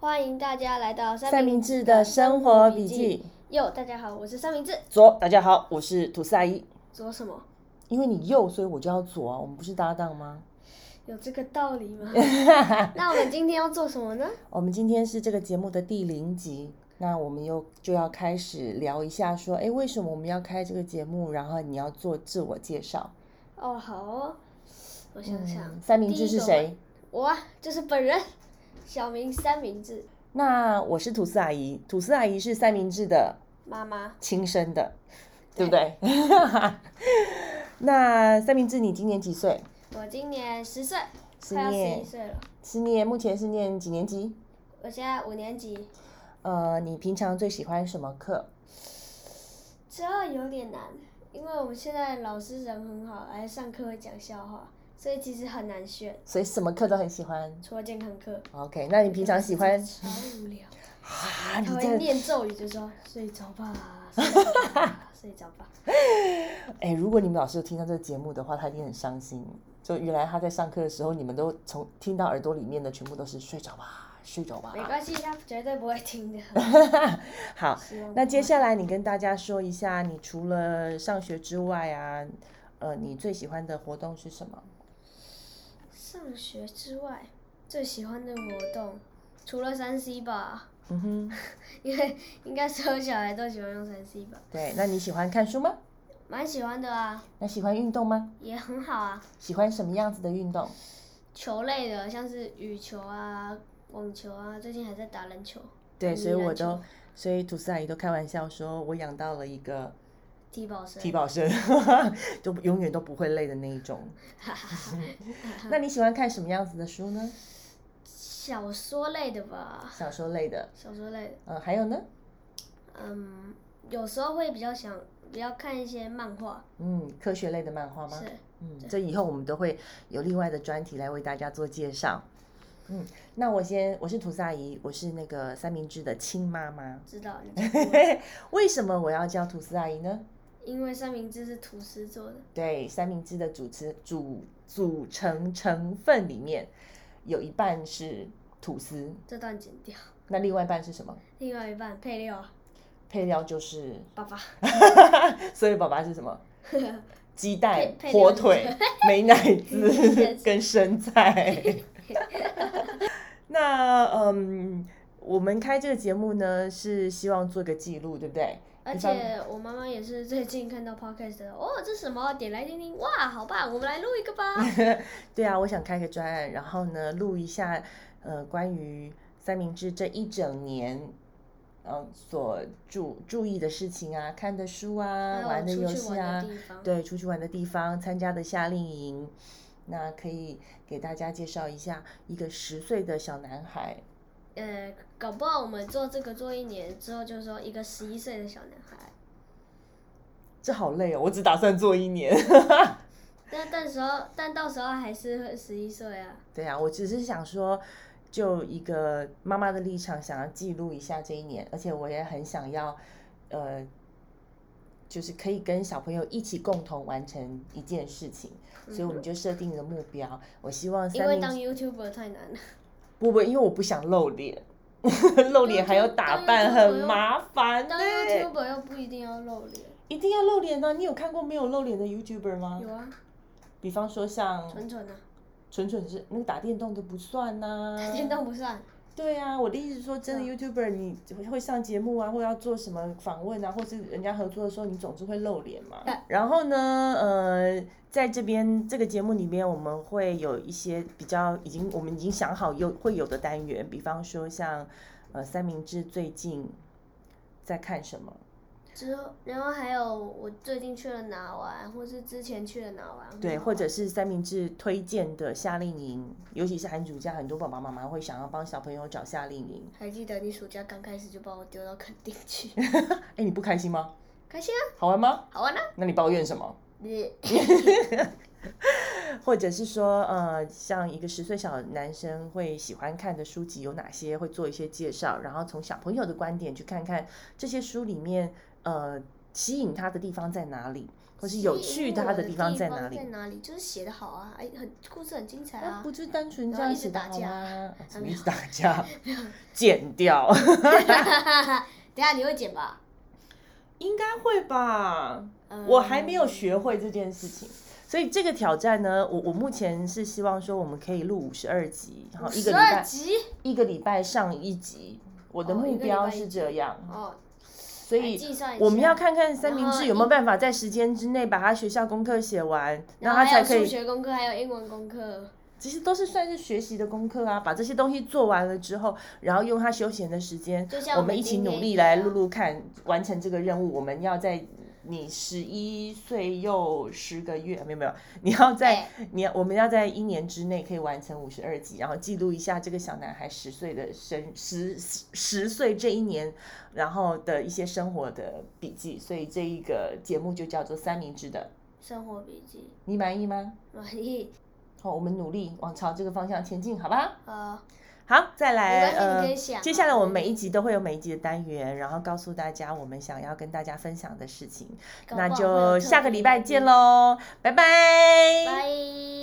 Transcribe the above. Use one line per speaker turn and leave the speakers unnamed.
欢迎大家来到
三明治的生活笔记。
哟，大家好，我是三明治。
左，大家好，我是吐司阿姨。
左什么？
因为你右，所以我就要左啊，我们不是搭档吗？
有这个道理吗？ 那我们今天要做什么呢？
我们今天是这个节目的第零集，那我们又就要开始聊一下，说，哎，为什么我们要开这个节目？然后你要做自我介绍。
哦，好哦，我想想，
嗯三明治是谁？
我啊，就是本人，小名三明治
那我是吐司阿姨，吐司阿姨是三明治的
妈妈。
亲生的，对不对？ 那三明治，你今年几岁？
我今年十岁，
十
快要十
年
一岁了。
是念目前是念几年级？
我现在五年级，
呃，你平常最喜欢什么课？
这有点难，因为我们现在老师人很好，来上课会讲笑话，所以其实很难选，
所以什么课都很喜欢。
除了健康课。
OK，那你平常 喜欢
超无聊。
啊？你
他会
这
念咒语，就说睡着吧， 睡着吧，睡着吧。
哎、如果你们老师有听到这个节目的话，他一定很伤心。就原来他在上课的时候，你们都从听到耳朵里面的全部都是睡着吧，睡着吧
没。关系，他绝对不会听 的。
好，
希望
那接下来你跟大家说一下，你除了上学之外啊，呃，你最喜欢的活动是什么？
上学之外最喜欢的活动，除了三 C 吧，
嗯 哼，
因为应该所有小孩都喜欢用三 C 吧，
对，那你喜欢看书吗？
蛮喜欢的啊，
那喜欢运动吗？
也很好啊。
喜欢什么样子的运动？
球类的，像是羽球啊、网球啊，最近还在打篮球。
对，
迷
所以我
篮球
都，所以吐司阿姨都开玩笑说，我养到了一个
踢保生
体保生， 就永远都不会累的那一种。那你喜欢看什么样子的书呢？
小说类的吧，
小说类的，
小说类的。
呃，还有呢？
嗯，有时候会比较想比较看一些漫画，
嗯，科学类的漫画吗？
是
嗯，这以后我们都会有另外的专题来为大家做介绍。嗯，那我先，我是涂萨姨，我是那个三明治的亲妈妈。
知道你讲过
为什么我要叫吐司阿姨呢？
因为三明治是吐司做的，
对，三明治的主持组组成成分里面有一半是吐司，
这段剪掉，
那另外一半是什么？
另外一半配料
配料就是，
爸爸
所以爸爸是 什么？鸡蛋、
配配料
火
是
腿、 美乃滋
生
跟 生菜。 那嗯，我们开这个节目呢，是希望做个记录，对不对？
而
一方
且我妈妈也是最近看到 podcast 的，哦，这是什么？点来听听，哇，好棒，我们来录一个吧。
对啊，我想开个专案，然后呢，录一下呃关于三明治这一整年。嗯，所注注意的事情啊，看的书啊，
还有
的
出
游
去
戏
玩的
啊
地方，
对，出去玩的地方，参加的夏令营，那可以给大家介绍一下一个十岁的小男孩，
呃，搞不好我们做这个做一年之后，就说一个十一岁的小男孩，
这好累哦，我只打算做一年。
但但时候但到时候还是十一岁啊。
对啊，我只是想说，就一个妈妈的立场，想要记录一下这一年，而且我也很想要，呃，就是可以跟小朋友一起共同完成一件事情，所以我们就设定了目标。我希望
嗯因
三
为
明
当
治
YouTuber 太难了，
不不，因为我不想露脸， 露脸还要打扮，
啊当 YouTuber
很麻烦呢、
当 YouTuber 又不一定要露脸。
一定要露脸啊呢、你有看过没有露脸的 YouTuber 吗？
有啊，
比方说像
纯纯啊，
纯纯是那个打电动的不算呐、
电动不算。
对啊，我的意思是说，真的 YouTuber 你会上节目啊，或要做什么访问啊，或是人家合作的时候，你总是会露脸嘛。然后呢，呃，在这边这个节目里面，我们会有一些比较已经我们已经想好有会有的单元，比方说像呃三明治最近在看什么，
之后，然后还有我最近去了哪玩，或是之前去了哪玩。
对，或者是三明治推荐的夏令营，尤其是寒暑假，很多爸爸妈妈会想要帮小朋友找夏令营。
还记得你暑假刚开始就把我丢到垦丁 去，
哎，你不开心吗？
开心啊，
好玩吗？
好玩 啊！
那你抱怨什么？
你
或者是说，呃，像一个十岁小男生会喜欢看的书籍有哪些，会做一些介绍，然后从小朋友的观点去看看这些书里面，呃，吸引他的地方在哪里，或是有趣他
的
地方
在
哪里
在？哪里？就是写的好啊，哎，很故事很精彩
那
啊
不。就单纯
然
这
后
样
一直
写的
打
好
架嗯
吗？什 么
没
一
有
直打架？剪掉，
等一下你会剪吧？
应该会吧？
嗯
我还没有学会这件事情。所以这个挑战呢，我我目前是希望说我们可以录五十二集，然后一个
十
礼
二
拜
集
一个礼拜上一集，我的
哦一
目
个礼
标
拜
是
一
这样，
哦，
所以
计算一下。
我们要看看三明
然后
治有没有
一
办法在时间之内把他学校功课写完，那
然
他
后还
才
有数
可以，
学功课，还有英文功课。
其实都是算是学习的功课啊。把这些东西做完了之后，然后用他休闲的时间
就，像我
我们
们
一起
今
努
天
力
一
来
样
录录看，完成这个任务。我们要在你十一岁又十个月，没有没有，你要
哎
在你要我们要在一年之内可以完成五十二集，然后记录一下这个小男孩十岁的生十十岁这一年，然后的一些生活的笔记。所以这一个节目就叫做三明治的，
生活笔记，
你满意吗？
满意。
好，我们努力往朝这个方向前进，好吧？
呃，
好，再
没关
来，
系你可以
呃，
想啊
接下来我们每一集都会有每一集的单元，然后告诉大家我们想要跟大家分享的事情。
搞不
那
好会有
就
特
下个
别
礼
的
拜
地
见
方。
喽，拜拜
拜。